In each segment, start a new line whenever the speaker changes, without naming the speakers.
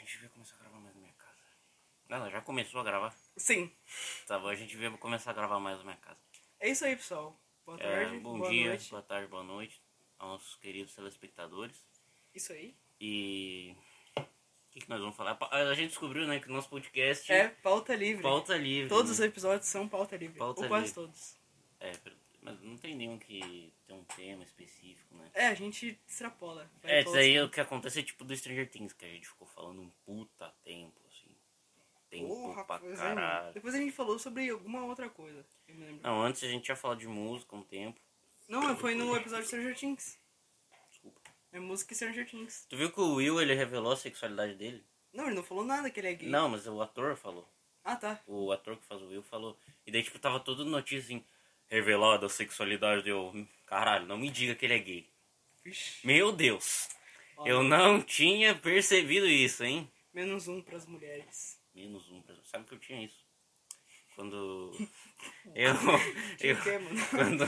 gente vai começar a gravar mais na minha casa. Não, não, já começou a gravar.
Sim,
Tá bom, a gente vai começar a gravar mais na minha casa.
é isso aí, pessoal. Boa
É,
tarde,
bom
boa
dia,
noite.
boa tarde, boa noite aos nossos queridos telespectadores.
Isso aí.
E. O que, que nós vamos falar? Pa- A gente descobriu, né, que o nosso podcast
É, pauta livre.
pauta livre.
Todos os
né?
episódios são pauta livre.
Pauta
ou quase
livre.
todos.
É, mas não tem nenhum que tem um tema específico, né?
É, a gente extrapola. Vai
É,
pra
isso aí é
outros-
o que acontece é tipo do Stranger Things, que a gente ficou falando um puta tempo, assim. Tempo
Porra,
pra
pois é, mano.
caralho.
Depois a gente falou sobre alguma outra coisa. Eu me lembro.
Não, antes a gente ia falar de música um tempo.
Não, foi no episódio de Stranger Things.
Desculpa.
É música e Stranger Things.
Tu viu que o Will ele revelou a sexualidade dele?
Não, ele não falou nada que ele é gay.
Não, mas o ator falou.
Ah, tá.
O ator que faz o Will falou. E daí, tipo, tava toda notícia assim: revelada a sexualidade deu. Caralho, não me diga que ele é gay.
Vixe.
Meu Deus!
Ó,
Eu não tinha percebido isso, hein?
Menos um pras mulheres.
Menos um, pra- sabe que eu tinha isso? Quando. Eu.
Quem
eu
quer, mano?
quando,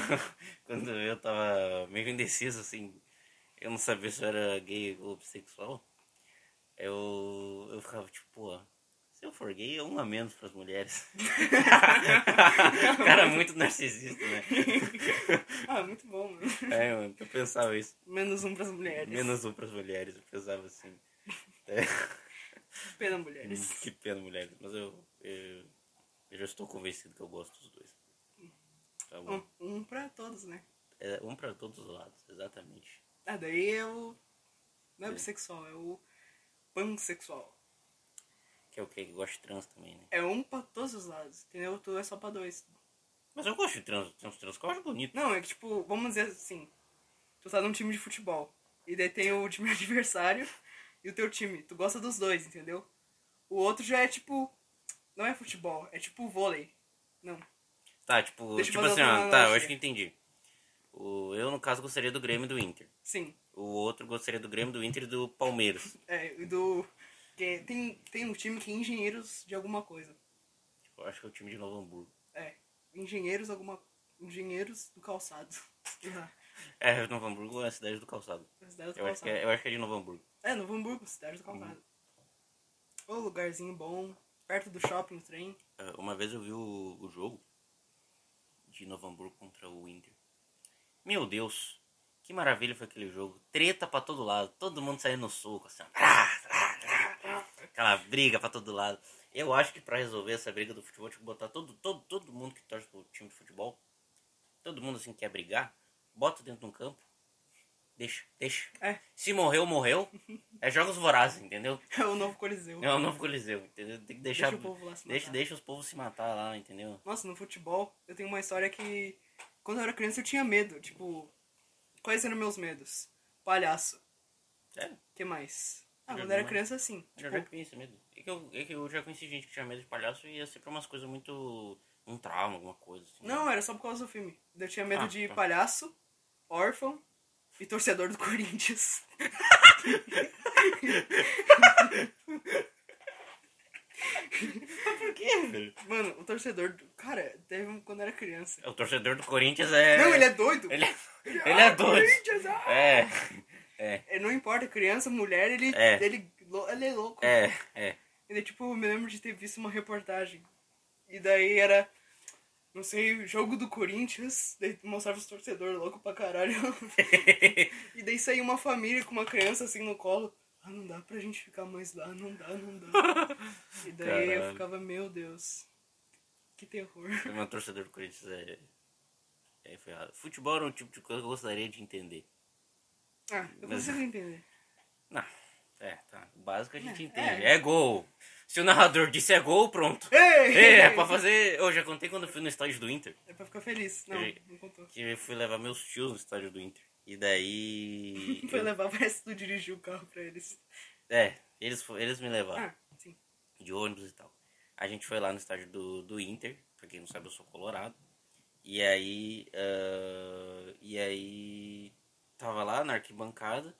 quando eu tava meio indeciso, assim, eu não sabia se eu era gay ou bissexual, eu, eu ficava tipo, pô, se eu for gay, é um a menos pras mulheres. o cara é muito narcisista, né?
Ah, muito bom, mano.
É, mano, eu pensava isso.
Menos um pras mulheres.
Menos um pras mulheres, eu pensava assim. É, um.
Pena mulheres.
que pena, mulheres. Mas eu, eu, eu já estou convencido que eu gosto dos dois. Tá bom.
Um, um pra todos, né?
É, um pra todos os lados, exatamente.
Ah, daí é o. Não é
É.
bissexual, é o pansexual.
Que é o que? Eu gosto de trans também, né?
É um pra todos os lados, entendeu? Tu é só pra dois.
Mas eu gosto de trans, tem uns trans que eu acho bonito.
Não, é que tipo, vamos dizer assim: tu tá num time de futebol, e daí tem o time adversário e o teu time. Tu gosta dos dois, entendeu? O outro já é tipo. Não é futebol, é tipo vôlei. Não.
Tá, tipo,
Deixa eu
tipo assim,
fazer
ó,
outra
tá, eu
analogia.
acho que entendi. O, eu, no caso, gostaria do Grêmio e do Inter.
Sim.
O outro gostaria do Grêmio, do Inter e do Palmeiras.
É, e do. que tem, tem um time que é engenheiros de alguma coisa.
Eu acho que é o time de Novo Hamburgo.
É. Engenheiros alguma. Engenheiros do calçado. Sei lá.
É, Novo Hamburgo é a cidade do calçado.
Na Cidade do
Eu acho, que é,
Calçado.
eu acho que é de Novo Hamburgo.
É, Novo Hamburgo, Cidade do Calçado. Ô, lugarzinho bom, perto do shopping, no trem.
É, Uma vez eu vi o, o jogo de Novo Hamburgo contra o Inter. Meu Deus, que maravilha foi aquele jogo. Treta pra todo lado, todo mundo saindo no soco, assim. ó. Aquela briga pra todo lado. Eu acho que pra resolver essa briga do futebol, tinha que botar todo, todo, todo mundo que torce pro time de futebol, todo mundo assim que quer brigar, bota dentro de um campo, deixa, deixa.
É,
Se morreu, morreu. É jogos vorazes, entendeu?
é o novo Coliseu.
É o novo coliseu, entendeu? Tem que deixar...
Deixa o povo lá se
deixa,
matar.
deixa os povos se matar lá, entendeu?
Nossa, no futebol, eu tenho uma história que... Quando eu era criança, eu tinha medo. Tipo, quais eram meus medos? Palhaço.
Sério?
que mais? Ah,
Já
quando
vi
eu era
mais.
criança, assim.
É, Eu
Tipo,
já conheci medo. É que, eu, é que eu já conheci gente que tinha medo de palhaço e ia ser pra umas coisas muito... Um trauma, alguma coisa assim.
não, era só por causa do filme. Eu tinha medo
Ah,
de
tá.
palhaço, órfão e torcedor do Corinthians.
Por quê?
Mano, o torcedor... do- Cara, teve um quando eu era criança.
O torcedor do Corinthians é...
Não, ele é doido.
Ele é, ele é
Ah,
doido.
Corinthians, ah!
É, é,
É, Não importa, criança, mulher, ele
É.
ele, lo- ele é louco.
é, é.
Ele, tipo, eu me lembro de ter visto uma reportagem. E daí era, não sei, jogo do Corinthians. Daí mostrava os torcedores loucos pra caralho.
é.
e daí saiu uma família com uma criança assim no colo. Ah, não dá pra gente ficar mais lá, não dá, não dá. E daí eu
Caralho.
ficava, meu Deus, que terror.
O meu torcedor do Corinthians é... É, foi errado. Futebol era um tipo de coisa que eu gostaria de entender.
Ah, eu
Mas- é.
consigo entender.
Não, é, tá. O básico a gente
É,
entende.
é.
É gol. Se o narrador disse é gol, pronto.
Ei!
É, é pra fazer... Eu já contei quando eu fui no estádio do Inter.
É pra ficar feliz. Não,
Ei.
não contou.
Que eu fui levar meus tios no estádio do Inter. E daí...
Foi
eu-
levar, parece que tu dirigiu o carro pra eles.
É, eles, fo- eles me levaram.
Ah, sim.
de ônibus e tal. A gente foi lá no estádio do, do Inter, pra quem não sabe, eu sou colorado. E aí. ah, e aí. Tava lá na arquibancada.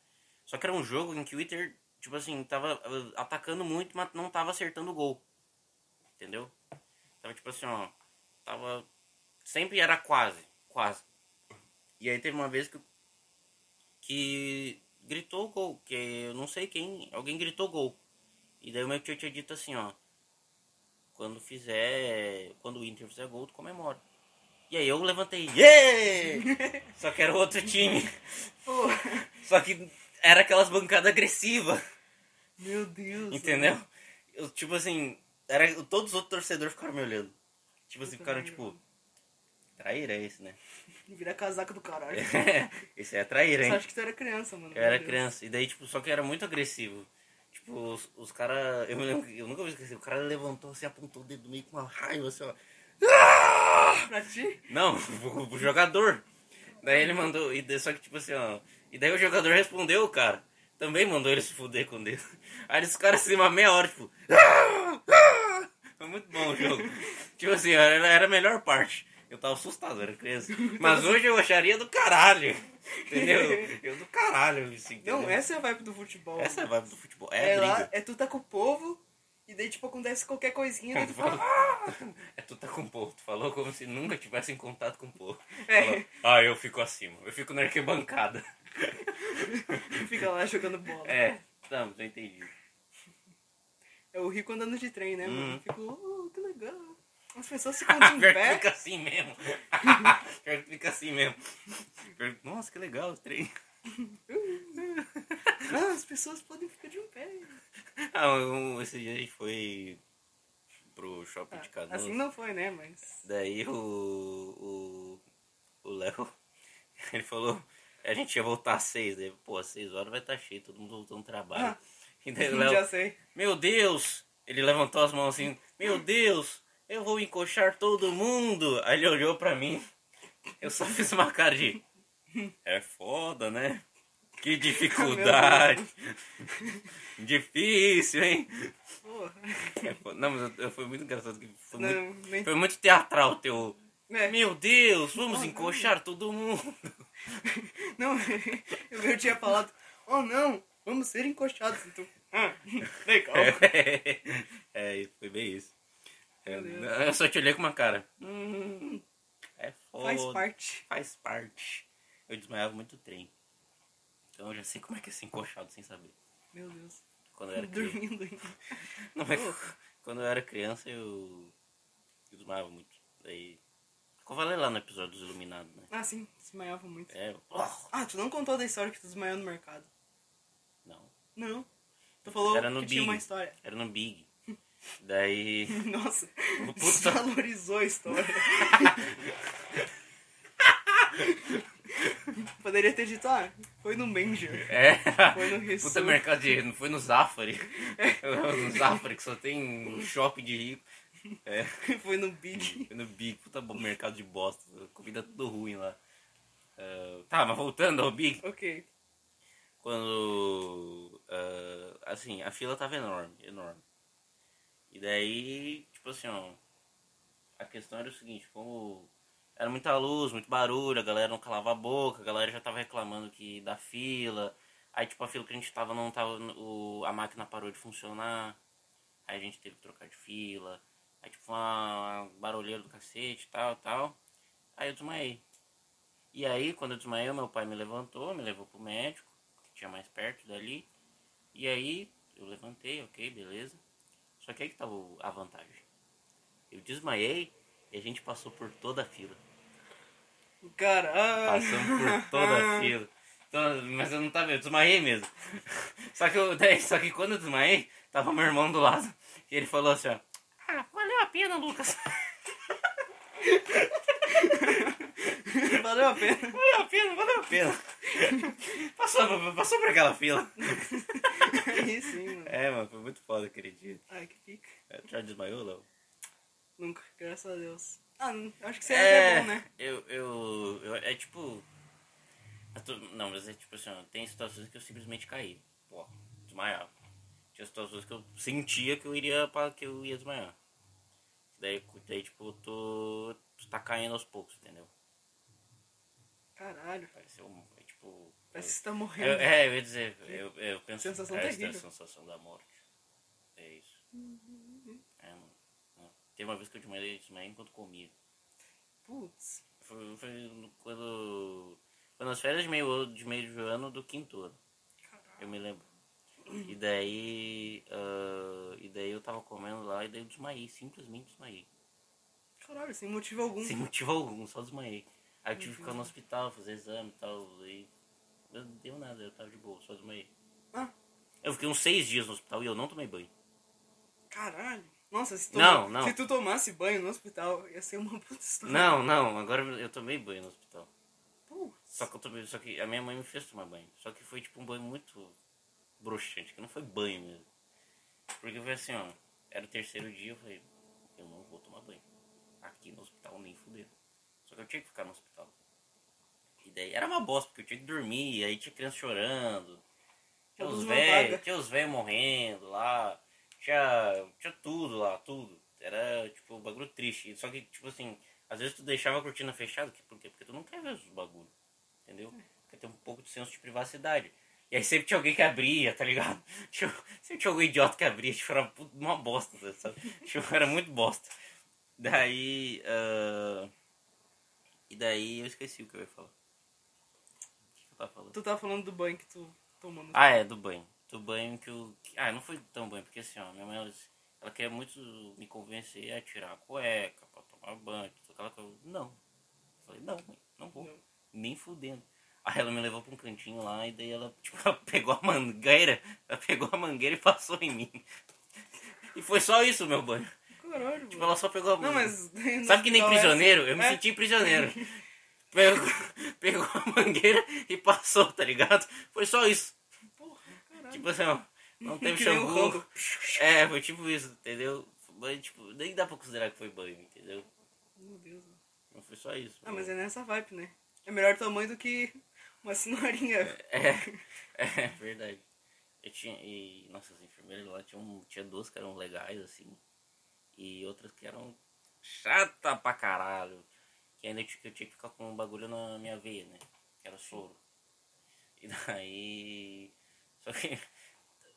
Só que era um jogo em que o Inter, tipo assim, tava ah, atacando muito, mas não tava acertando o gol. Entendeu? Tava tipo assim, ó. Tava. Sempre era quase, quase. E aí teve uma vez que. Que gritou o gol, que eu não sei quem, alguém gritou gol. E daí o meu tio tinha dito assim, ó. Quando fizer. Quando o Inter fizer gol, tu comemora. E aí eu levantei. Yeah! Só que era outro time.
Pô,
Só que era aquelas bancadas agressivas.
meu Deus.
Entendeu? Eu, tipo assim, era, todos os outros torcedores ficaram me olhando. Tipo assim, ficaram tipo. Traíra é esse, né?
Virar casaca do caralho.
esse é traíra,
Você
hein?
acha que tu era criança, mano?
Eu
meu
era
Deus.
criança. E daí, tipo, só que era muito agressivo. Tipo, os, os caras. Eu me lembro, que- eu nunca vou esquecer. O cara levantou assim, apontou o dedo meio com uma raiva, assim, ó. Ah!
Pra ti?
Não, pro, pro jogador. Daí ele mandou. E daí, só que, tipo assim, ó. E daí o jogador respondeu, o cara. Também mandou ele se fuder com o dedo. Aí eles ficaram assim uma meia hora, tipo. "Ah! Ah!" Foi muito bom o jogo. tipo assim, ó, era, era a melhor parte. Eu tava assustado, eu era criança. Mas hoje eu acharia do caralho. Entendeu? Eu do caralho, assim.
Não,
entendeu?
essa é a vibe do futebol.
Essa é a vibe do futebol. É,
é,
briga.
lá, é tu tá com o povo, e daí, tipo, acontece qualquer coisinha, daí tu fala, "Ah!"
É, tu tá com o povo. Tu falou como se nunca tivesse em contato com o povo.
É.
Falou, ah, eu fico acima. Eu fico na arquibancada.
e fica lá jogando bola.
É, não, eu entendi.
Eu É rico andando de trem, né, mano?
Hum.
Eu fico, oh, que legal. As pessoas ficam Tá de um
Pior que
pé.
fica assim mesmo. Pior que fica assim mesmo. Pior que- Nossa, que legal o trem.
Ah, as pessoas podem ficar de um pé.
Ah, um- esse dia a gente foi pro shopping de
Ah,
Canoas.
assim não foi, né? Mas.
Daí o. O o Léo. Ele falou. A gente ia voltar às seis. Daí, pô, às seis horas vai estar cheio, todo mundo voltando do trabalho.
Ah.
E daí o
Já
Léo.
sei.
Meu Deus! Ele levantou as mãos assim. Meu Deus! Eu vou encoxar todo mundo! Aí ele olhou pra mim. Eu só fiz uma cara de. É foda, né? Que dificuldade! Difícil, hein?
Porra.
É foda. Não, mas eu, eu- foi muito engraçado. que Foi muito,
Não, nem.
foi muito teatral o teu.
É,
Meu Deus, vamos encoxar todo mundo.
Não, eu, eu tinha falado, oh não, vamos ser encostados. Então, ah, legal.
É, foi bem isso. É,
Meu
não, eu só te olhei com uma cara. Hum, é foda.
Faz parte.
Faz parte. Eu desmaiava muito do trem. Então eu já sei como é que é ser encoxado sem saber.
Meu Deus.
Quando eu era criança.
Dormindo ainda.
Não, mas quando eu era criança eu, eu desmaiava muito. Daí. Como eu falei lá no episódio dos Iluminados, né?
Ah, sim, desmaiava muito.
É.
Ah, tu não contou da história que tu desmaiou no mercado.
Não.
Não. Tu falou
Era no
que tinha
Big.
uma história.
Era no Big. Daí.
Nossa,
Puta.
desvalorizou a história. Poderia ter dito, ah, foi no Manger.
É.
Foi no É. Rissul.
Puta mercado de. Não foi no Zafari. no Zafari que só tem um shopping de rico. É.
Foi no Big.
Foi no Big. Puta bom mercado de bosta. Comida tudo ruim lá. Ah, tá, mas voltando ao Big.
Ok.
Quando. ah, assim, a fila tava enorme, enorme. E daí, tipo assim, ó. A questão era o seguinte, como. Era muita luz, muito barulho, a galera não calava a boca, a galera já tava reclamando que da fila. Aí tipo a fila que a gente tava não tava. O, a máquina parou de funcionar. Aí a gente teve que trocar de fila. Aí tipo uma, uma barulheira do cacete, tal, tal. Aí eu desmaiei. E aí, quando eu desmaiei, meu pai me levantou, me levou pro médico, que tinha mais perto dali. E aí, eu levantei, ok, beleza. Só que aí que tava o- a vantagem. Eu desmaiei e a gente passou por toda a fila.
Caralho.
Passamos por toda a fila. Então, mas eu não tava, eu desmaiei mesmo. Só que, eu, daí- só que quando eu desmaiei, tava meu irmão do lado. E ele falou assim, ó. Ah, valeu a pena, Lucas.
Valeu a pena.
Valeu a pena, valeu a pena. passou, passou por aquela fila.
Aí sim, mano.
É, mano, foi muito foda aquele dia.
Ai, que pica.
É, tu Já desmaiou, Léo?
Nunca, graças a Deus. Ah, não, acho que sempre é, bom, né?
Eu, eu, eu- É tipo. mas tu- Não, mas é tipo assim, ó, tem situações que eu simplesmente caí. Pô, desmaiava. Tinha situações que eu sentia que eu iria pra, que eu ia desmaiar. Daí, cu- daí tipo, tu, tu tá caindo aos poucos, entendeu?
Caralho,
Pareceu um. É tipo.
parece que você tá morrendo.
Eu, é, eu ia dizer, eu, eu penso
Sensação
essa é a
terrível.
sensação da morte. É isso.
Uhum.
É, não, não. Tem uma vez que eu desmaiei, desmaiei enquanto comia.
Putz.
Foi, foi no- quando. Foi nas férias de meio, de meio de ano do quinto ano,
Caralho.
eu me lembro. E daí. ah, e daí eu desmaiei, simplesmente desmaiei.
Caralho, sem motivo algum.
Sem motivo algum, só desmaiei. Aí eu tive que
Uhum.
ficar no hospital, fazer exame e tal, e não deu nada, eu tava de boa, só desmaiei.
Ah.
Eu fiquei uns seis dias no hospital e eu não tomei banho.
Caralho. Nossa, se,
Não, não.
se tu tomasse banho no hospital, ia ser uma puta história.
Não, não, agora eu tomei banho no hospital.
Putz.
Só que eu tomei, só que a minha mãe me fez tomar banho. Só que foi tipo um banho muito broxante, que não foi banho mesmo. Porque foi assim, ó, era o terceiro dia, eu falei, eu não vou tomar banho. Aqui no hospital nem fuder. Só que eu tinha que ficar no hospital. E daí era uma bosta, porque eu tinha que dormir, aí tinha criança chorando, tinha
Todos
os
uma
velhos,
vaga.
tinha os velhos morrendo lá, tinha, tinha tudo lá, tudo. Era tipo um bagulho triste. Só que, tipo assim, às vezes tu deixava a cortina fechada, que- por quê? Porque tu não quer ver os bagulhos. Entendeu?
Hum.
Quer ter um pouco de senso de privacidade. E aí sempre tinha alguém que abria, tá ligado? Tinha- sempre tinha algum idiota que abria, tipo, era pu- uma bosta, sabe? Tipo, era muito bosta. Daí. ah, E daí eu esqueci o que eu ia falar. O que que eu tava falando?
Tu tava falando do banho que tu tomou no
Ah, é, do banho. Do banho que eu. que- Ah, não foi tão banho, porque assim, ó, minha mãe, ela, disse- ela queria muito me convencer a tirar a cueca pra tomar banho, tudo aquela coisa. Não. Eu falei, não, mãe, não vou.
Não.
Nem fudendo. Aí ela me levou pra um cantinho lá e daí ela, tipo, ela pegou a mangueira, ela pegou a mangueira e passou em mim. E foi só isso o meu banho.
Caralho,
Tipo,
mano.
ela só pegou a
Não,
mangueira.
mas. no
Sabe que nem
hospital é
prisioneiro?
assim.
Eu me
É.
senti prisioneiro. Pegou, pegou a mangueira e passou, tá ligado? Foi só isso.
Porra, caralho.
Tipo assim, ó, não teve
Que nem o
shampoo.
Rambo.
É, foi tipo isso, entendeu? Banho, tipo, nem dá pra considerar que foi banho, entendeu?
Meu Deus. mano.
Não foi só isso.
Ah, mas é nessa vibe, né? É melhor tamanho do que uma senhorinha.
É, é verdade. Eu tinha. E, nossa, assim, as enfermeiras lá tinha, um, tinha duas que eram legais, assim. E outras que eram chata pra caralho. Que ainda tinha, que eu tinha que ficar com um bagulho na minha veia, né? Que era soro. E daí. Só que.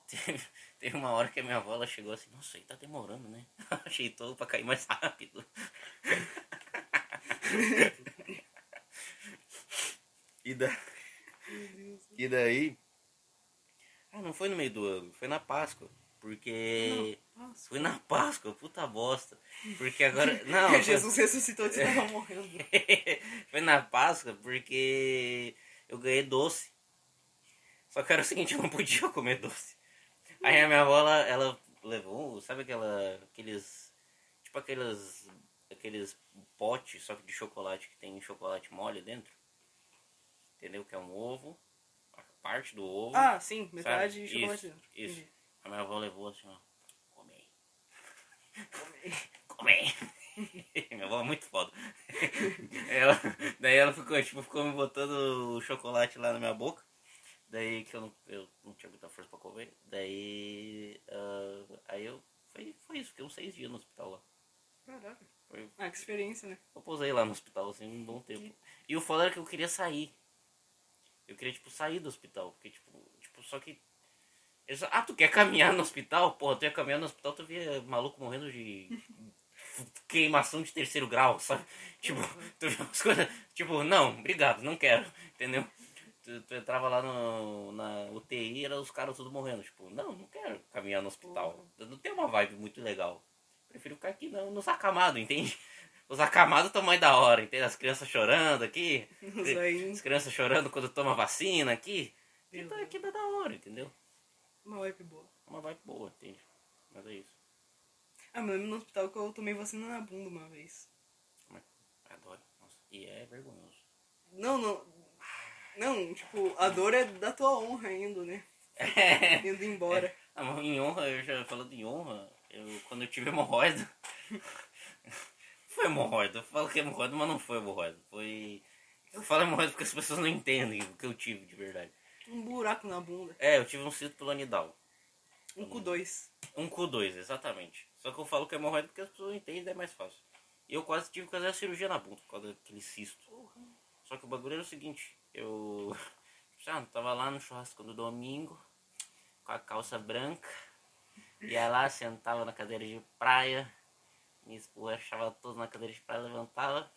Teve, teve uma hora que a minha avó ela chegou assim, nossa, aí tá demorando, né? Ajeitou pra cair mais rápido. e daí.
Meu Deus.
E daí? Ah, não foi no meio do ano, foi na Páscoa. Porque.
Nossa.
Foi na Páscoa, puta bosta. Porque agora. Não, foi-
Jesus ressuscitou e você tava morrendo.
foi na Páscoa porque eu ganhei doce. Só que era o seguinte, eu não podia comer doce. Aí a minha avó, ela, ela levou, um, sabe aquela, aqueles, tipo aqueles, aqueles potes, só que de chocolate, que tem chocolate mole dentro. Entendeu? Que é um ovo, a parte do ovo.
Ah, sim,
Sabe?
metade e
Isso,
chocolate dentro.
Isso.
Entendi.
A minha avó levou assim, ó. Come aí. Come aí. minha avó é muito foda. ela, daí ela ficou, tipo, ficou me botando o chocolate lá na minha boca. Daí que eu não, eu não tinha muita força pra comer. Daí. ah, aí eu. Foi, foi isso, fiquei uns seis dias no hospital lá.
Caralho.
Foi-
Ah, que experiência, né?
eu pousei lá no hospital, assim, um bom tempo. E o foda era que eu queria sair. Eu queria, tipo, sair do hospital. Porque, tipo, tipo só que. eu só- ah, tu quer caminhar no hospital? Porra, tu ia caminhar no hospital, tu via maluco morrendo de. queimação de terceiro grau, sabe? Tipo, tu via umas coisas. Tipo, não, obrigado, não quero, entendeu? Tu, tu entrava lá no, na UTI era os caras tudo morrendo. Tipo, não, não quero caminhar no hospital. Não tem uma vibe muito legal. Prefiro ficar aqui não, nos acamados, entende? Os acamados estão mais da hora, entende? As crianças chorando aqui.
Os aí.
As crianças chorando quando toma vacina aqui.
Meu
Então
Deus.
aqui tá da hora, entendeu?
Uma wipe boa.
Uma vibe boa, entende? Mas é isso.
Ah, meu, eu lembro no hospital que eu tomei vacina na bunda uma vez.
Adoro. Nossa. E é vergonhoso.
Não, não. Não, tipo, a dor é da tua honra indo, né?
É.
Indo embora.
Ah, mas em honra, eu já falando em honra, eu, quando eu tive hemorroida. foi hemorroida, eu falo que é hemorroida, mas não foi hemorroida. Foi. Eu falo hemorroida porque as pessoas não entendem o que eu tive de verdade.
Um buraco na bunda.
É, eu tive um cito pilonidal.
Um cu dois.
Um cu dois, exatamente. Só que eu falo que é hemorroida porque as pessoas entendem, é mais fácil. E eu quase tive que fazer a cirurgia na bunda por causa daquele cisto. Só que o bagulho era o seguinte, eu. Já tava lá no churrasco do domingo, com a calça branca, ia lá, sentava na cadeira de praia, me esborrachava todo na cadeira de praia, levantava,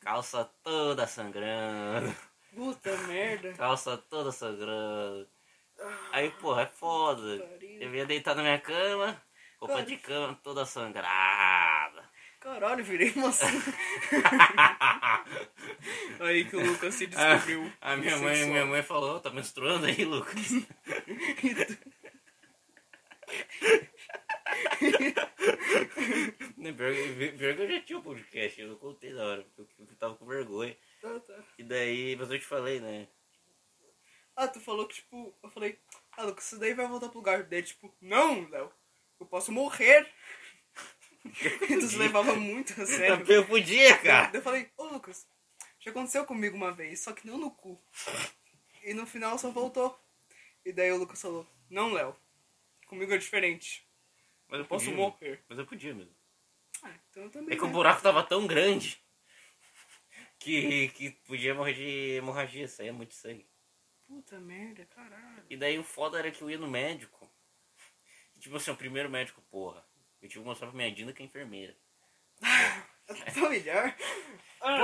calça toda sangrando.
Puta merda.
Calça toda sangrando. Aí, porra, é foda.
pariu.
Eu ia deitar na minha cama, Roupa de cama toda sangrada.
Caralho, virei mocinho. Aí que o Lucas se descobriu.
Ah, A minha mãe,
bissexual.
minha mãe falou, tá menstruando aí, Lucas? Né, pior, que- pior que eu já tinha um podcast, eu não contei na hora, porque eu, porque eu tava com vergonha.
Ah, tá.
E daí, mas eu te falei, né?
Ah, tu falou que, tipo, eu falei, ah, Lucas, isso daí vai voltar pro lugar dele. Tipo, não, Léo, eu posso morrer. E tu se levava muito a sério.
Eu podia, cara!
Daí Eu falei, ô Lucas, já aconteceu comigo uma vez, só que não no cu. E no final só voltou. E daí o Lucas falou, não, Léo, comigo é diferente.
Mas eu
Posso
podia,
morrer.
Mas eu podia mesmo.
Ah, então eu também.
É que o
né?
buraco tava tão grande que, que podia morrer de hemorragia, saía muito sangue.
Puta merda, caralho.
E daí o foda era que eu ia no médico. E, tipo assim, o primeiro médico, porra. Eu tive que mostrar pra minha Dina que é enfermeira.
Tá melhor?
Ah.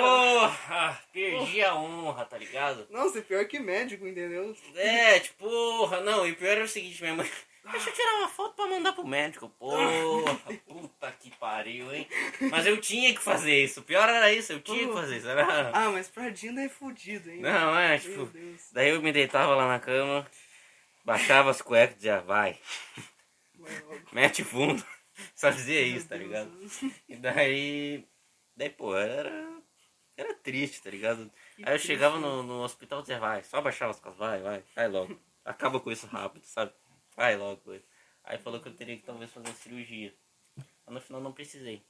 Porra! Perdi a honra, tá ligado?
Nossa, é pior que médico, entendeu?
É, tipo, porra, não, e o pior era o seguinte, minha mãe. Deixa eu tirar uma foto pra mandar pro médico. Porra, puta que pariu, hein? Mas eu tinha que fazer isso. O pior era isso, eu tinha que fazer isso. Era...
Ah, mas pra Dinda é fudido, hein?
Não, é,
Meu
tipo.
Deus.
Daí eu me deitava lá na cama, baixava as cuecas e já vai.
Vai logo.
Mete fundo. Só dizia
Meu
isso, tá
Deus.
ligado? E daí. Daí, pô, era. Era triste, tá ligado?
Que
Aí eu
triste,
chegava
né?
no, no hospital e dizia, vai, só baixava as coisas, vai, vai, vai logo. Acaba com isso rápido, sabe? Vai logo com isso. Aí falou que eu teria que talvez fazer cirurgia. Mas no final não precisei.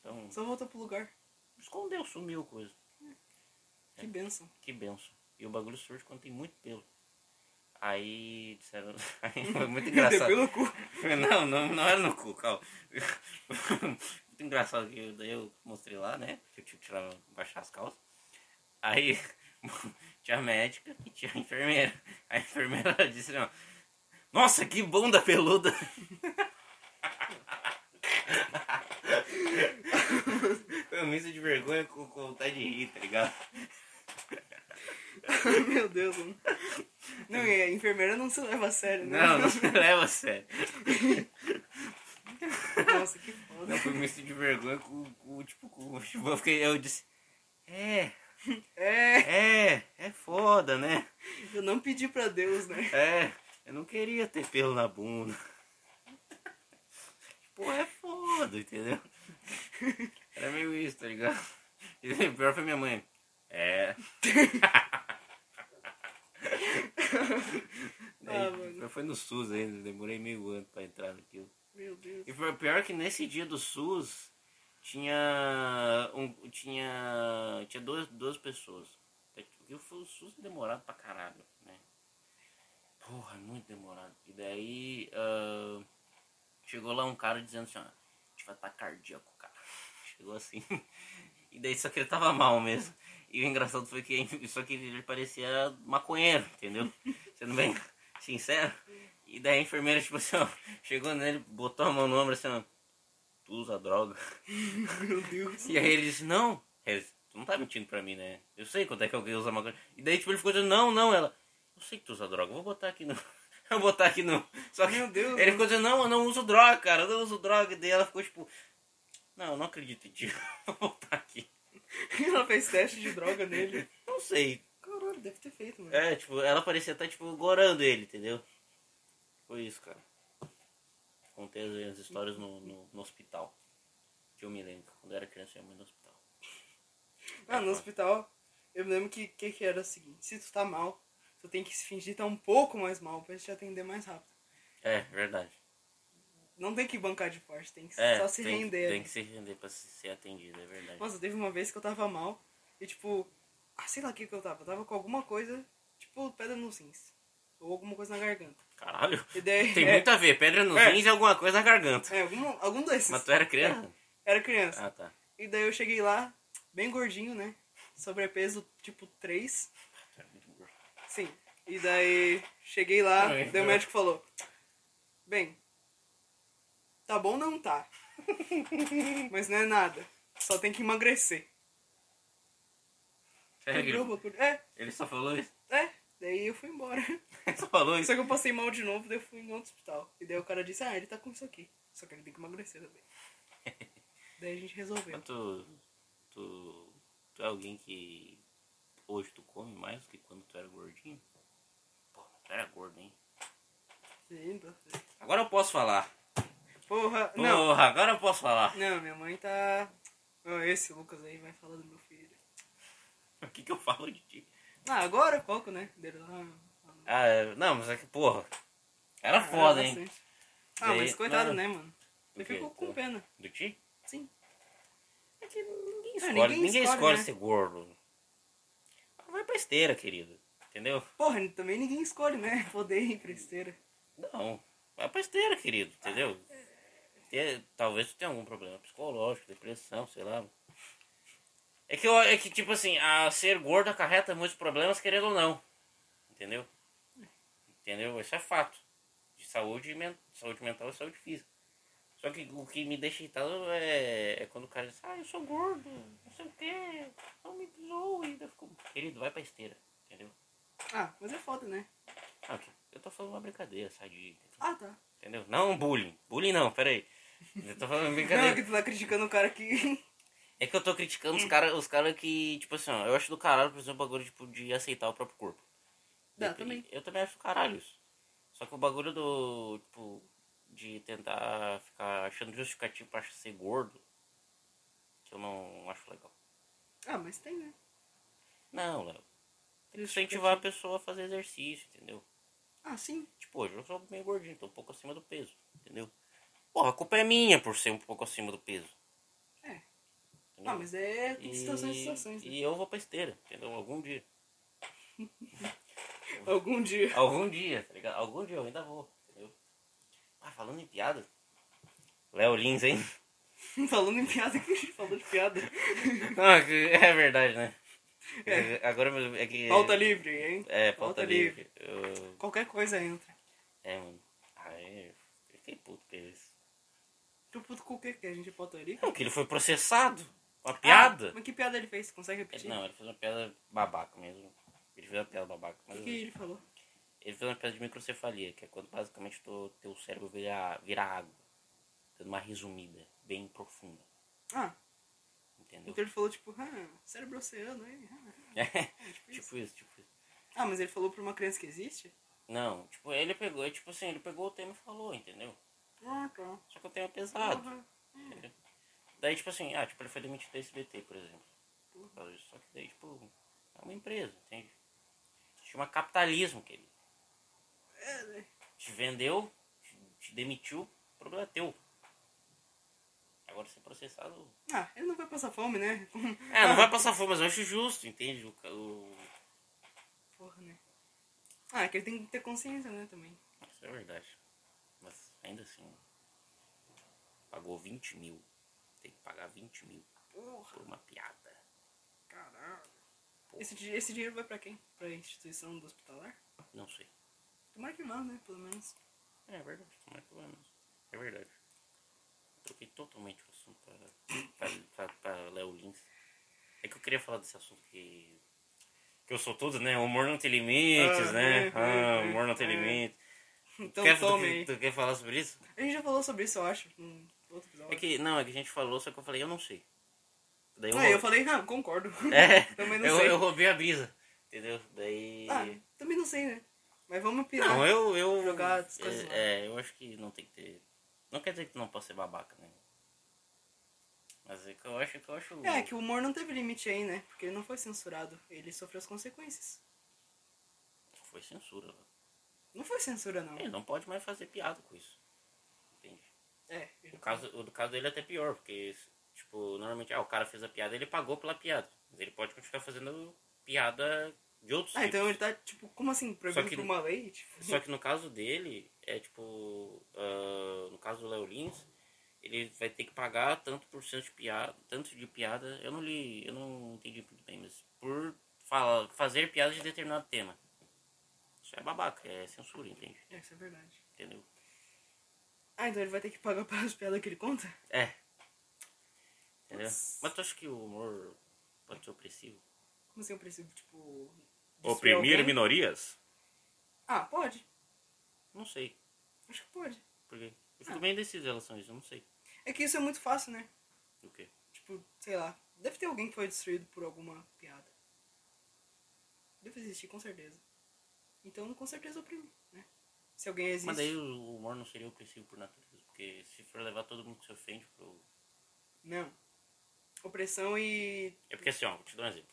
Então,
Só volta pro lugar.
escondeu, sumiu a coisa. É.
Que benção.
Que benção. E o bagulho surge quando tem muito pelo. Aí disseram. Aí foi muito engraçado.
Pelo cu.
Não, não, não era no cu, calma. Muito engraçado que eu, daí eu mostrei lá, né? Que eu tinha que tirar, baixar as calças. Aí tinha a médica e tinha a enfermeira. A enfermeira disse, não, nossa, que bunda peluda! Eu um misto de vergonha com, com vontade de rir, tá ligado?
Meu Deus, mano. Não, e a enfermeira não se leva a sério, né?
Não, não se leva a sério.
Nossa, que foda.
Não, foi um misto de vergonha com, com tipo, com, tipo, eu, fiquei, eu disse, é,
É,
é, é foda, né?
eu não pedi pra Deus, né?
É, eu não queria ter pelo na bunda. Tipo, é foda, entendeu? Era meio isso, tá ligado? E o pior foi minha mãe. É. Daí,
Ah, mano.
foi no SUS ainda, demorei meio ano pra entrar naquilo.
Meu Deus.
E foi pior que nesse dia do SUS tinha. um- tinha. Tinha duas, duas pessoas. Porque foi- o SUS é demorado pra caralho, né? Porra, é muito demorado. E daí ah, chegou lá um cara dizendo assim, ó, a gente vai estar cardíaco, cara. Chegou assim. E daí só que ele tava mal mesmo. E o engraçado foi que só que ele parecia maconheiro, entendeu? Sendo bem sincero. E daí a enfermeira, tipo assim, ó, chegou nele, botou a mão no ombro assim, ó, tu usa droga.
Meu Deus.
E aí ele disse, não. Aí ele disse, tu não tá mentindo pra mim, né? Eu sei quanto é que alguém usa maconha. E daí, tipo, ele ficou dizendo, não, não, ela. Eu sei que tu usa droga, eu vou botar aqui no. Eu vou botar aqui no. Só que
Meu Deus.
ele ficou dizendo, não, eu não uso droga, cara, eu não uso droga. E daí ela ficou tipo, não, eu não acredito em ti. Vou botar aqui.
Ela fez teste de droga nele.
Não sei.
Caralho, deve ter feito, mano.
É, tipo, ela parecia até, tipo, gorando ele, entendeu? Foi isso, cara. Contei as- as histórias no, no, no hospital. Que eu me lembro. Quando eu era criança, eu ia muito no hospital.
Ah, no hospital, eu me lembro que, que que era o seguinte, se tu tá mal, tu tem que se fingir tá um pouco mais mal pra gente te atender mais rápido.
É, verdade.
Não tem que bancar de forte, tem que
É,
só se
tem,
render.
Tem
né?
que se render pra se- ser atendido, é verdade.
Nossa, teve uma vez que eu tava mal e tipo, ah, sei lá o que que eu tava, eu tava com alguma coisa, tipo pedra nos rins, ou alguma coisa na garganta.
Caralho.
E daí,
Tem
é,
muito a ver. Pedra nos
É.
rins e alguma coisa na garganta.
É, algum, algum desses.
Mas tu era criança?
Era criança.
Ah, tá.
E daí eu cheguei lá, bem gordinho, né? Sobrepeso tipo 3. Sim. E daí cheguei lá,
Ai,
daí o
meu.
médico falou: Bem, tá bom não tá. Mas não é nada. Só tem que emagrecer.
Sério?
É,
Ele só falou isso?
é. Daí Daí eu fui embora.
Só falou isso.
Só que eu passei mal de novo, daí eu fui em outro hospital. E daí o cara disse, ah, ele tá com isso aqui. Só que ele tem que emagrecer também. daí a gente resolveu.
Mas tu, tu, tu é alguém que hoje tu come mais do que quando tu era gordinho? Pô, mas tu era gordo, hein?
Lindo.
Agora eu posso falar.
tá Porra, não.
Porra, agora eu posso falar.
Não, minha mãe tá... Ó, Esse Lucas aí vai falar do meu filho.
O que que eu falo de ti?
Ah, agora é pouco, né? Dele lá...
Ah, é, não, mas é que, porra, era
Ah,
Tá foda, hein?
bastante. Ah, mas
Daí-
coitado,
não.
né, mano? Ele
Do quê? Tá.
ficou com
Do-
pena.
Do ti?
assim. Sim.
É que ninguém
Ah,
escolhe,
ninguém
ninguém
escolhe,
escolhe
né?
ser gordo. Vai pra esteira, querido. Entendeu?
Porra, também ninguém escolhe, né? Poder ir pra esteira.
Não, vai pra esteira, querido, entendeu? Te- talvez tu tenha algum problema psicológico, depressão, sei lá. É que, eu- é que tipo assim, a ser gordo acarreta muitos problemas, querendo ou não. Entendeu? Entendeu? Isso é fato. De saúde, men- saúde mental e saúde física. Só que o que me deixa irritado é, é quando o cara diz, ah, eu sou gordo, não sei o quê, não me zoe. Eu fico, querido, vai pra esteira, entendeu?
Ah, mas é foda, né?
Ah, eu tô falando uma brincadeira, sadia.
Ah, tá.
Entendeu? Não bullying. Bullying não, peraí. Eu tô falando
Não, é
brincadeira.
que Hum. tu tá criticando o cara que.
É que eu tô criticando os caras os cara que, tipo assim, ó, eu acho do caralho, por exemplo, o bagulho tipo, de aceitar o próprio corpo.
Dá,
Eu-
também.
Eu também acho do caralho isso. Só que o bagulho do, tipo, de tentar ficar achando justificativo pra ser gordo, que eu não acho legal.
Ah, mas tem, né?
Não, Léo. Tem que
Justificativo.
incentivar a pessoa a fazer exercício, entendeu?
Ah, sim.
Tipo, hoje eu sou meio gordinho, tô um pouco acima do peso, entendeu? Porra, a culpa é minha por ser um pouco acima do peso.
É.
Entendeu?
Ah, mas é tem situações e situações. Né?
E eu vou pra esteira, entendeu? Algum dia.
Algum dia.
Algum dia, tá ligado? Algum dia eu ainda vou, entendeu? Ah, falando em piada. Léo Lins, hein?
Falando em piada que a gente falou de piada.
Não,
Ah,
é que- é verdade, né? É, Agora mesmo é que.
Pauta livre, hein?
É, pauta,
Pauta
livre. Eu-
Qualquer coisa entra.
É, mano. Aí, eu fiquei puto com isso.
Tu puto com o Tipo, que que a gente pauta ali?
Não, que ele foi processado. Uma piada.
Ah, mas que piada ele fez? Consegue
Ele-
repetir?
Não, ele fez uma piada babaca mesmo. Ele fez uma piada babaca.
O
Mas
que ele falou?
ele fez uma piada de microcefalia, que é quando basicamente o teu cérebro vira, vira água. Dando uma resumida, bem profunda.
Ah,
Entendeu?
então ele falou tipo, ah, cérebro oceano, hein? Ah.
tipo isso, tipo isso.
Ah, mas ele falou pra uma criança que existe?
Não, tipo, ele pegou, é tipo assim, ele pegou o tema e falou, entendeu?
Ah, tá.
Só que o tema é pesado.
Porra.
Daí, tipo assim, ah, tipo, ele foi demitido da SBT, por exemplo. Por causa disso. Só que daí, tipo, é uma empresa, entende? Se chama capitalismo, querido.
É, né?
Te vendeu, te, te demitiu, o problema é teu. Agora ser processado.
Ah, ele não vai passar fome, né?
É, não vai passar fome, mas eu acho justo, entende? O, ca- o...
Porra, né? Ah, é que ele tem que ter consciência, né, também.
Isso é verdade. Mas ainda assim. Pagou 20 mil. Tem que pagar 20 mil
Porra,
por uma piada.
caralho. Esse, di- esse dinheiro vai pra quem? Pra instituição do hospitalar?
Não sei.
Tomara que vá, né, pelo menos.
É verdade, como é que vai mesmo? É verdade. Troquei totalmente o assunto pra, pra, pra, pra Léo Lins. É que eu queria falar desse assunto que. Que eu sou tudo, né? O humor não tem limites,
Ah,
né?
é,
ah,
é,
o humor não tem
é.
limites.
Então
quer, tu,
tome
que-
aí.
tu quer falar sobre isso?
A gente já falou sobre isso, eu acho, num outro episódio.
É que, não, é que a gente falou, só que eu falei, eu não sei. Daí
Ah, eu falei, ah, concordo.
É,
também não
eu,
sei.
eu roubei a brisa. Entendeu? Daí.
Ah, também não sei, né? Mas vamos pirar.
Não, eu. eu
Jogar as coisas lá.
é, é, eu acho que não tem que ter. Não quer dizer que tu não possa ser babaca, né? Mas é que eu acho que eu acho.
É, que o humor não teve limite aí, né? Porque ele não foi censurado. Ele sofreu as consequências.
Foi censura. né?
Não foi censura, não.
Ele não pode mais fazer piada com isso. Entende?
É.
O caso, o do caso dele é até pior, porque, tipo, normalmente, ah, o cara fez a piada, ele pagou pela piada. Mas ele pode continuar fazendo piada de outros
Ah,
tipos.
então ele tá, tipo, como assim? Proibido
que-
por uma lei? Tipo,
Só que no caso dele, é tipo. ah, no caso do Léo Lins, ele vai ter que pagar tanto por cento de piada. Tanto de piada. Eu não li. Eu não entendi muito bem, mas. Por fala, fazer piada de determinado tema. Isso é babaca, é censura, entende?
é, isso é verdade.
Entendeu?
Ah, então ele vai ter que pagar pelas piadas que ele conta?
É. Entendeu?
Putz.
Mas tu acha que o humor pode ser opressivo?
Como assim eu preciso, tipo, Oprimir
Oprimir minorias?
Ah, pode.
Não sei.
Acho que pode.
Por quê? Eu fico bem indeciso em relação a isso, eu não sei.
É que isso é muito fácil, né?
O quê?
Tipo, sei lá. Deve ter alguém que foi destruído por alguma piada. Deve existir, com certeza. Então, com certeza oprime, né? Se alguém existe.
Mas daí o humor não seria opressivo por natureza, porque se for levar todo mundo que se ofende pro.
Não. Opressão e.
É porque assim, ó, vou te dar um exemplo.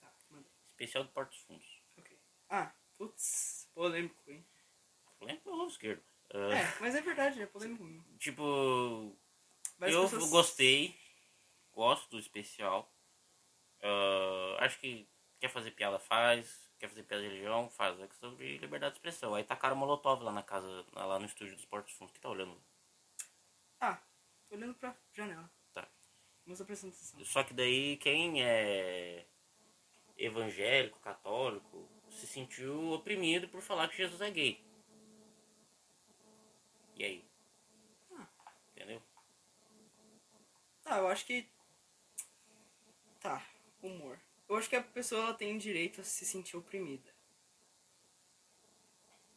Tá, manda.
Especial do Porto dos Fundos.
Ok. Ah, putz, polêmico, hein?
Polêmico é o lado esquerdo. Ah,
É, mas é verdade, é polêmico. mesmo.
Tipo,
Várias
eu
pessoas-
gostei, gosto do especial. Ah, acho que quer fazer piada faz, quer fazer piada de religião faz, é questão de liberdade de expressão. Aí tacaram Molotov lá na casa, lá no estúdio dos Portos Fundos, que tá olhando.
Ah, olhando pra janela.
Tá.
Mas prestando atenção.
Só que daí quem é evangélico, católico, se sentiu oprimido por falar que Jesus é gay. E aí?
Ah.
Entendeu?
Tá, eu acho que. Tá, humor. Eu acho que a pessoa ela tem direito a se sentir oprimida.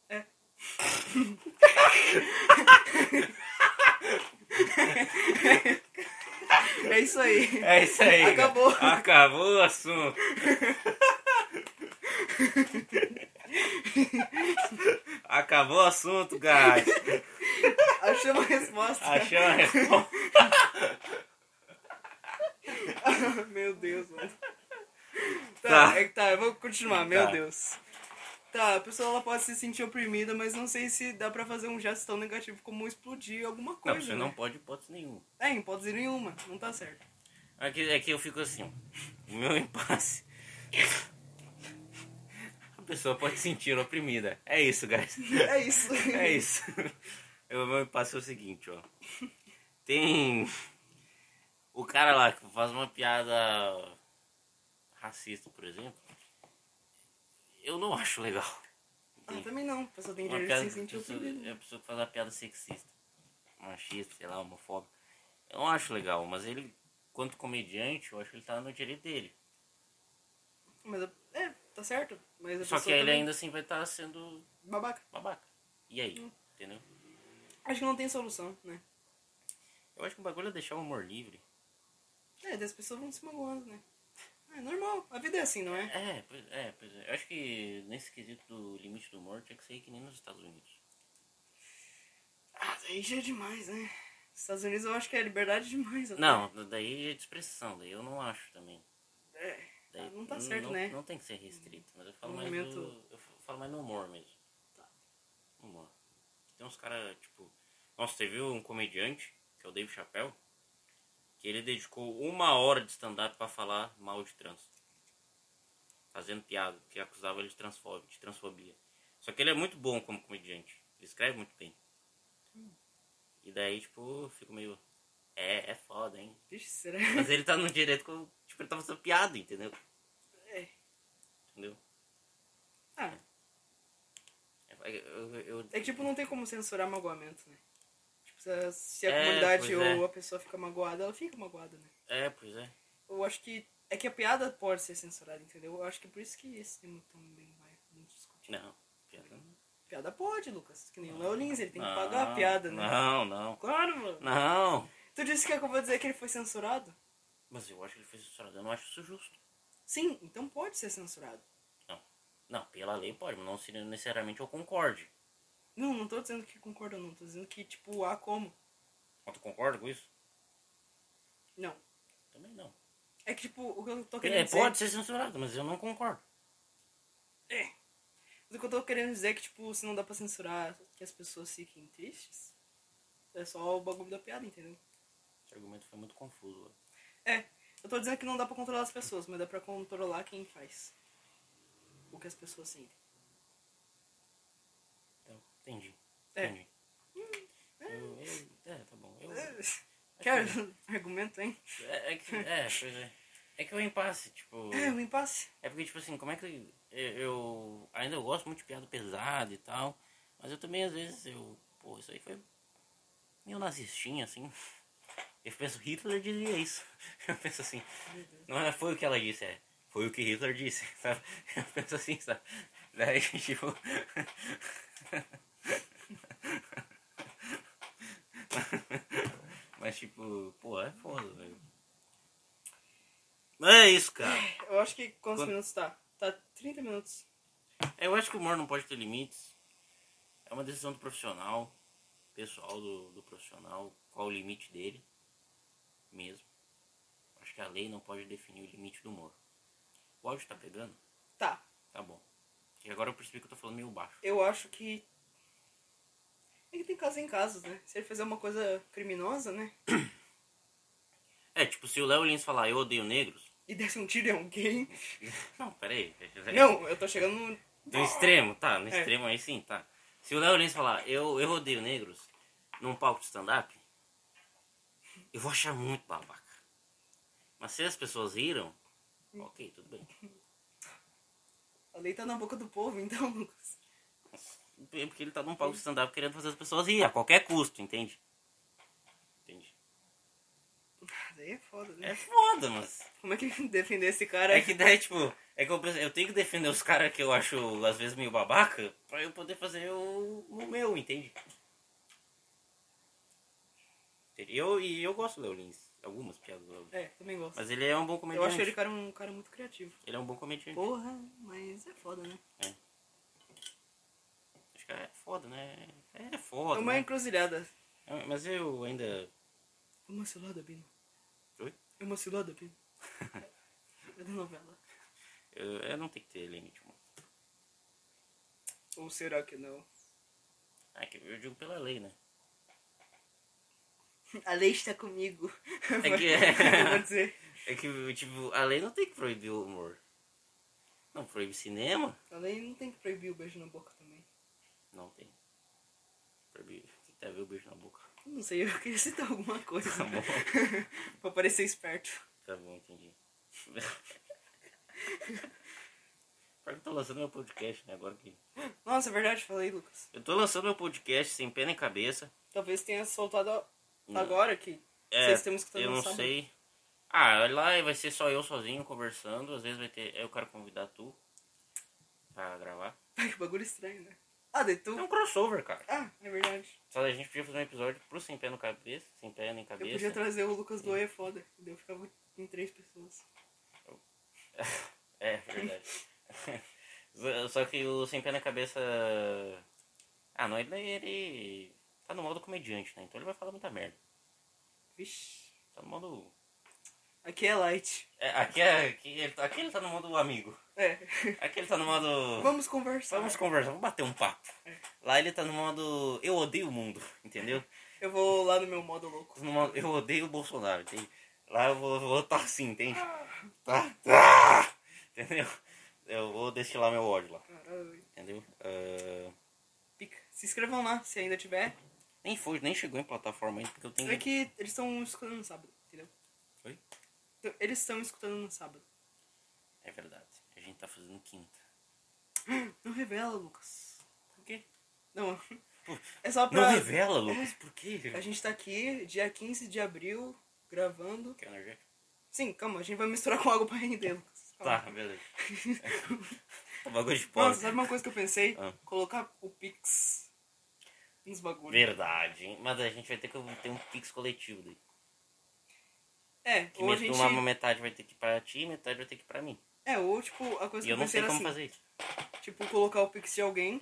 É. é isso aí.
É isso aí.
Acabou.
Acabou o assunto. Acabou o assunto, guys.
Achei uma resposta.
Achei uma resposta.
Meu Deus, mano. Tá,
Tá.
É, que tá, eu vou continuar, meu
Tá.
Deus. Tá, a pessoa ela pode se sentir oprimida, mas não sei se dá pra fazer um gesto tão negativo como explodir alguma
Não,
coisa.
você
né?
não pode hipótese nenhuma.
É, em hipótese nenhuma, não tá certo.
É que, é que eu fico assim, ó. o meu impasse. A pessoa pode se sentir oprimida. É isso, guys.
É isso.
É isso. Eu, o meu impasse é o seguinte, ó. Tem o cara lá que faz uma piada racista, por exemplo. Eu não acho legal.
Ah, também não, a pessoa tem
Uma
direito
piada
de se
que a
sentir
pessoa, é.
oprimida.
a pessoa que faz uma piada sexista, machista, sei lá, homofóbica. Eu não acho legal, mas ele, quanto comediante, eu acho que ele tá no direito dele.
Mas a- é, tá certo. Mas a
Só que
pessoa
ele
também-
ainda assim vai estar sendo
Babaca.
babaca. E aí?
Hum.
Entendeu?
Acho que não tem solução, né?
Eu acho que o bagulho é deixar o humor livre.
É, daí as pessoas vão se magoando, né? É normal, a vida é assim, não é?
É, pois é, pois é. Eu acho que nesse quesito do limite do humor tinha que ser que nem nos Estados Unidos.
Ah, daí já é demais, né? Nos Estados Unidos eu acho que é liberdade demais. até.
Não, daí é de expressão, daí eu não acho também.
É,
Daí
Ah, não tá certo,
não,
né?
Não tem que ser restrito, mas eu falo
No
mais do,
momento-
eu falo mais no humor mesmo.
Tá.
Humor. Tem uns caras, tipo. Nossa, teve um comediante, que é o Dave Chappelle, que ele dedicou uma hora de stand-up pra falar mal de trans. Fazendo piada, que acusava ele de, transfóbico, de transfobia. Só que ele é muito bom como comediante. Ele escreve muito bem.
Hum.
E daí, tipo, eu fico meio. É, é foda, hein?
Vixe, será?
Mas ele tá no direito com. Tipo, ele tá fazendo piada, entendeu?
É.
Entendeu?
Ah,
Eu, eu, eu-
é que tipo, não tem como censurar magoamento, né? Tipo, se a, se a
É,
comunidade
pois
ou
é.
a pessoa fica magoada, ela fica magoada, né?
É, pois é.
Eu acho que. É que a piada pode ser censurada, entendeu? Eu acho que é por isso que esse tema também vai muito discutir.
Não, piada não.
Piada pode, Lucas. Que nem o Léo Lins, ele tem que pagar a piada, né?
Não, não.
Claro, mano.
Não.
Tu disse que acabou de dizer que ele foi censurado?
Mas eu acho que ele foi censurado. Eu não acho isso justo.
Sim, então pode ser censurado.
Não, pela lei pode, mas não se necessariamente eu concorde.
Não, não tô dizendo que concordo, não. Tô dizendo que, tipo, há como.
Mas tu concorda com isso?
Não.
Também não.
É que, tipo, o que eu tô querendo
É,
dizer...
pode ser censurado, mas eu não concordo.
É. Mas o que eu tô querendo dizer é que, tipo, se não dá pra censurar que as pessoas fiquem tristes, é só o bagulho da piada, entendeu?
Esse argumento foi muito confuso. ó.
É, eu tô dizendo que não dá pra controlar as pessoas, mas dá pra controlar quem faz. O que as pessoas sentem.
Então, entendi.
É.
Entendi. Eu- eu- é, tá bom. Eu-
Quer um argumento, hein?
é, é que, é, pois é. É que é o impasse, tipo.
É, um impasse.
É porque, tipo assim, como é que eu, eu- ainda eu gosto muito de piada pesada e tal, mas eu também às vezes eu, pô, isso aí foi meio nazistinha, assim. Eu penso, Hitler dizia isso. Eu penso assim, não é, foi o que ela disse, é. Foi o que Hitler disse, sabe? Eu penso assim, sabe? Daí, tipo. Mas, tipo, pô, é foda, velho. Mas é isso, cara.
Eu acho que quantos
Quanto?
minutos tá? Tá 30 minutos.
É, Eu acho que o humor não pode ter limites. É uma decisão do profissional, pessoal do, do profissional, qual o limite dele mesmo. Acho que a lei não pode definir o limite do humor. O áudio tá pegando?
Tá.
Tá bom. E agora eu percebi que eu tô falando meio baixo.
Eu acho que. É que tem casos em casos, né? Se ele fizer uma coisa criminosa, né?
É, tipo, se o Léo Lins falar eu odeio negros.
E desse um tiro em alguém.
Não, peraí.
Não, eu tô chegando no.
Do extremo, tá. No
É.
extremo aí sim, tá. Se o Léo Lins falar eu, eu odeio negros num palco de stand-up, eu vou achar muito babaca. Mas se as pessoas riram, ok, tudo bem.
A lei tá na boca do povo, então, Lucas.
É Porque ele tá num palco de stand-up querendo fazer as pessoas rir a qualquer custo, entende? Entende?
Ah, Daí é foda, né?
É foda, mas.
Como é que defender esse cara?
É que daí, tipo, é que eu, penso- eu tenho que defender os caras que eu acho às vezes meio babaca pra eu poder fazer o, o meu, entende? Eu, e eu gosto do Léo Lins, algumas piadas do Léo Lins.
É, também gosto.
Mas ele é um bom
eu
comediante.
acho ele
Ele...
cara, um cara muito criativo.
é um bom comediante.
Porra, mas é foda, né?
Acho que é foda, né? É
é
foda.
uma
Né?
encruzilhada.
É, Mas eu ainda.
É uma cilada, Bino.
Oi?
É uma cilada, Bino. é da novela.
Eu, eu não tenho que ter tipo, limite, mano.
Ou será que não?
Ah, que eu digo pela lei, né?
A lei está comigo.
É que-
Eu vou dizer.
É que, tipo, a lei não tem que proibir o humor. Não proíbe cinema?
A lei não tem que proibir o beijo na boca também.
Não tem. Proibir. Tem que ver o beijo na boca.
Eu Não sei, eu queria citar alguma coisa.
Tá bom.
pra parecer esperto.
Tá bom, entendi. Pior que eu tô lançando meu podcast, né? Agora que.
Nossa, é verdade, falei, Lucas.
Eu tô lançando meu podcast sem pena em cabeça.
Talvez tenha soltado
Não.
agora que
Hum. É,
vocês têm escutado
eu
no
não
sábado.
sei. Ah, lá vai ser só eu sozinho conversando. Às vezes vai ter. Eu quero convidar tu pra gravar.
Ai, que bagulho estranho, né? Ah, de tu?
É um crossover, cara.
Ah, é verdade.
Só a gente podia fazer um episódio pro Sem Pé no Cabeça. Sem Pé nem
Eu
Cabeça.
podia trazer o Lucas do Oi é foda. Daí eu ficava em três pessoas.
É, verdade. Só- Só que o Sem Pé na Cabeça. Ah, não, ele, ele tá no modo comediante, né? Então ele vai falar muita merda.
Vixe.
Tá no modo.
Aqui é light.
É, aqui, é, aqui, ele, tá- aqui ele tá no modo amigo.
É.
Aqui ele tá no modo.
Vamos conversar.
Vamos conversar, vamos bater um papo. Lá ele tá no modo. Eu odeio o mundo, entendeu?
Eu vou lá no meu modo louco.
No modo, eu odeio o Bolsonaro, entende? Lá eu vou, vou tá assim, entende? Tá. Entendeu? Eu vou destilar meu ódio lá,
Caralho.
entendeu? Ah,
Pica. Se inscrevam lá, se ainda tiver.
Nem foi, nem chegou em plataforma ainda, porque eu tenho.
É que eles estão escutando no sábado, entendeu?
Hum. Oi?
Então, Eles estão escutando no sábado.
É verdade. A gente tá fazendo quinta.
Não revela, Lucas.
Por quê?
Não. É só pra.
Não revela, Lucas, por quê?
A gente tá aqui dia 15 de abril, gravando.
Quer energético?
Sim, calma, a gente vai misturar com água pra render, Lucas. Calma.
Tá, beleza. o bagulho de
Nossa,
pobre.
sabe uma coisa que eu pensei?
Ah.
Colocar o Pix nos bagulhos.
Verdade, hein? Mas a gente vai ter que ter um pix coletivo daí.
É,
Que
ou a
met-
gente.
uma metade vai ter que ir pra ti, metade vai ter que ir pra mim.
É, ou tipo, a coisa
E
que
eu
eu
não sei
pensei era
como
assim,
fazer isso.
tipo, colocar o Pix de alguém.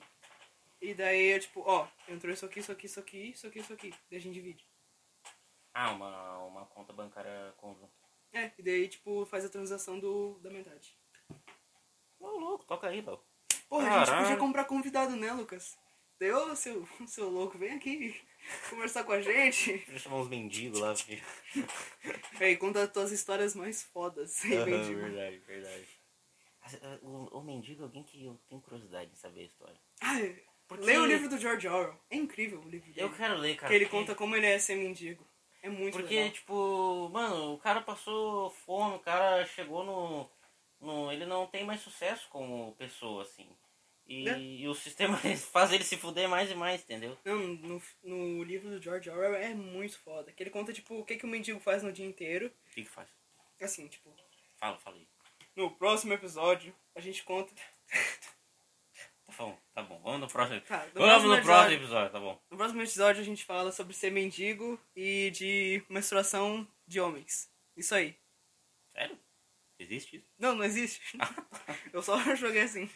E daí é tipo, ó, entrou isso aqui, isso aqui, isso aqui, isso aqui, isso aqui. Daí a gente divide.
Ah, uma, uma conta bancária conjunta.
É, e daí, tipo, faz a transação do, da metade.
Ô, louco, toca aí, Léo.
Porra, a gente
Caralho.
podia comprar convidado, né, Lucas? Daí, ô, seu, seu louco, vem aqui conversar com a gente.
Deixa eu chamar uns mendigos lá. porque-
Véi, conta as tuas histórias mais fodas. Aí,
Aham,
mendigo.
verdade, verdade. Ah, O, o mendigo é alguém que eu tenho curiosidade de saber a história.
Ah, é.
Porque-
Lê o livro do George Orwell. É incrível o livro dele.
Eu quero ler, cara.
que ele
porque-
conta como ele é ser mendigo. É muito
Porque,
legal.
tipo, mano, o cara passou fome, o cara chegou no, no. Ele não tem mais sucesso como pessoa, assim. E,
Né?
e o sistema faz ele se fuder mais e mais, entendeu?
Não, no, no livro do George Orwell é muito foda. Que ele conta, tipo, o que, que o mendigo faz no dia inteiro.
O que, que faz?
Assim, tipo,
Fala, fala aí.
No próximo episódio, a gente conta.
Tá bom, tá bom. Vamos no próximo.
Tá,
Vamos
no próximo
no
episódio.
próximo episódio, tá bom.
No próximo episódio, a gente fala sobre ser mendigo e de menstruação de homens. Isso aí.
Sério? Existe isso?
Não, não existe. Eu só joguei assim.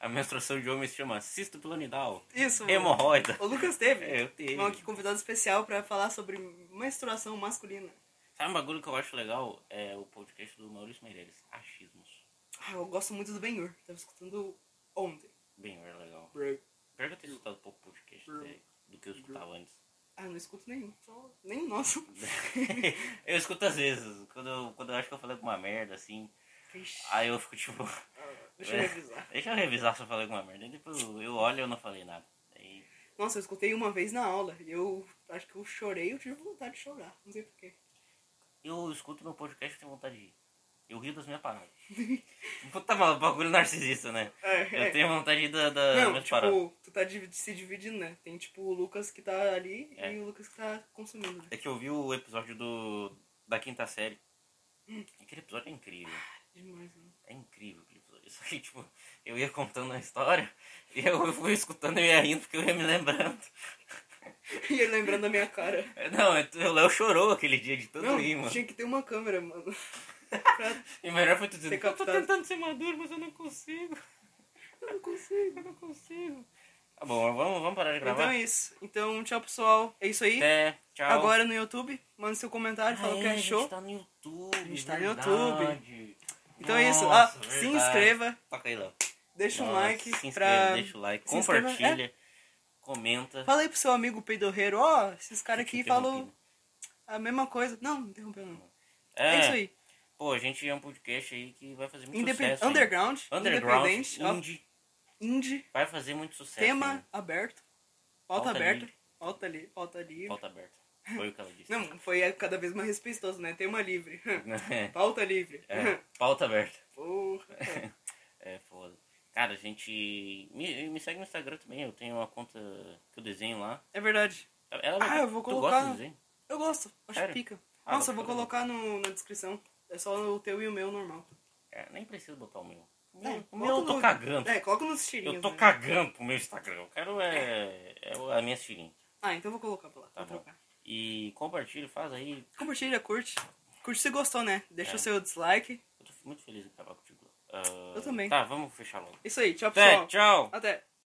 A menstruação de homem se chama cisto pilonidal.
Isso. mano.
Hemorroida.
O Lucas teve.
É, eu tenho.
Vamos aqui convidado especial pra falar sobre menstruação masculina.
Sabe um bagulho que eu acho legal? É o podcast do Maurício Meirelles. Achismos.
Ah, eu gosto muito do Ben-Hur. Tava escutando ontem.
Bem, é legal.
Bro.
Pior que eu tenho escutado pouco podcast até do que eu escutava antes.
Ah, não escuto nenhum. Só nem o nosso.
eu escuto às vezes, quando eu, quando eu acho que eu falei alguma merda, assim,
Vixe.
aí eu fico tipo,
Ah, Deixa eu revisar.
deixa eu revisar se eu falei alguma merda. Aí depois eu eu olho e eu não falei nada. Aí,
Nossa, eu escutei uma vez na aula. e Eu acho que eu chorei, eu tive vontade de chorar. Não sei porquê.
eu escuto meu podcast e tenho vontade de ir. Eu rio das minhas paradas. Puta, mal- bagulho narcisista, né?
É, é.
Eu tenho é, vontade de ir da, da das
Não,
minhas
tipo,
paradas.
tu tá divi- se dividindo, né? Tem tipo o Lucas que tá ali
É.
e o Lucas que tá consumindo, né?
É que eu vi o episódio do da quinta série. Aquele episódio é incrível.
Demais, né?
É incrível aquele episódio. Só que, tipo, eu ia contando a história e eu fui escutando e eu ia rindo porque eu ia me lembrando.
E ele lembrando da minha cara.
Não, é- o Léo chorou aquele dia de tanto
Não,
rir, mano.
tinha que ter uma câmera, mano. Pra-
E o melhor foi tu dizendo,
Ter
eu tô
captado.
tentando ser maduro, mas eu não consigo,
Eu não consigo.
eu não consigo. Tá bom, vamos, vamos parar de
Então
gravar.
é isso. Então, tchau, pessoal. É isso aí.
Até, tchau.
Agora no YouTube, manda seu comentário, fala o que
é, A
achou.
gente tá no YouTube, A
gente tá no Então
Nossa,
é isso. Ah, se
verdade.
inscreva,
Toca aí, Léo.
deixa um
Nossa,
like
se inscreva,
pra.
deixa o like,
se inscreva, é.
compartilha, comenta.
Fala aí pro seu amigo peidorreiro, ó, esses caras
Te
aqui
interrompi,
falam
né?
a mesma coisa. Não, não interrompeu não.
É,
É, isso aí.
Pô, a gente é um podcast aí que vai fazer muito
Independ...
sucesso. hein?
Underground,
Underground,
independente, ó,
indie,
indie,
vai fazer muito sucesso.
tema
hein?
aberto, pauta
Pauta
aberta,
livre.
pauta ali, pauta livre.
Pauta aberta. Foi o que ela disse.
Não, foi cada vez mais respeitoso, né? Tema livre.
É,
pauta livre.
é, pauta aberta.
Porra.
É foda. Cara, a gente. Me, me segue no Instagram também, eu tenho uma conta que eu desenho lá.
É verdade.
Ela-
Ah, eu vou
tu
colocar-
gosta de desenho?
Eu gosto, acho
Sério?
pica.
Ah, dá
Nossa, eu vou
pra colocar.
colocar no, na descrição. É só o teu e o meu normal.
É, nem preciso botar o meu. O
É,
meu, o meu
coloca
eu tô
no-
cagando.
É, coloca nos tirinhos.
eu tô
né?
cagando pro meu Instagram. Eu quero é, é o- a minha tirinha.
Ah, então eu vou colocar pra lá.
Tá
vou
bom.
trocar.
E compartilha, faz aí.
Compartilha, curte. Curte se gostou, né? Deixa
É.
o seu dislike.
Eu tô muito feliz em acabar contigo. Ah,
Eu também.
Tá, vamos fechar logo.
Isso aí, tchau,
Até,
pessoal.
tchau.
Até.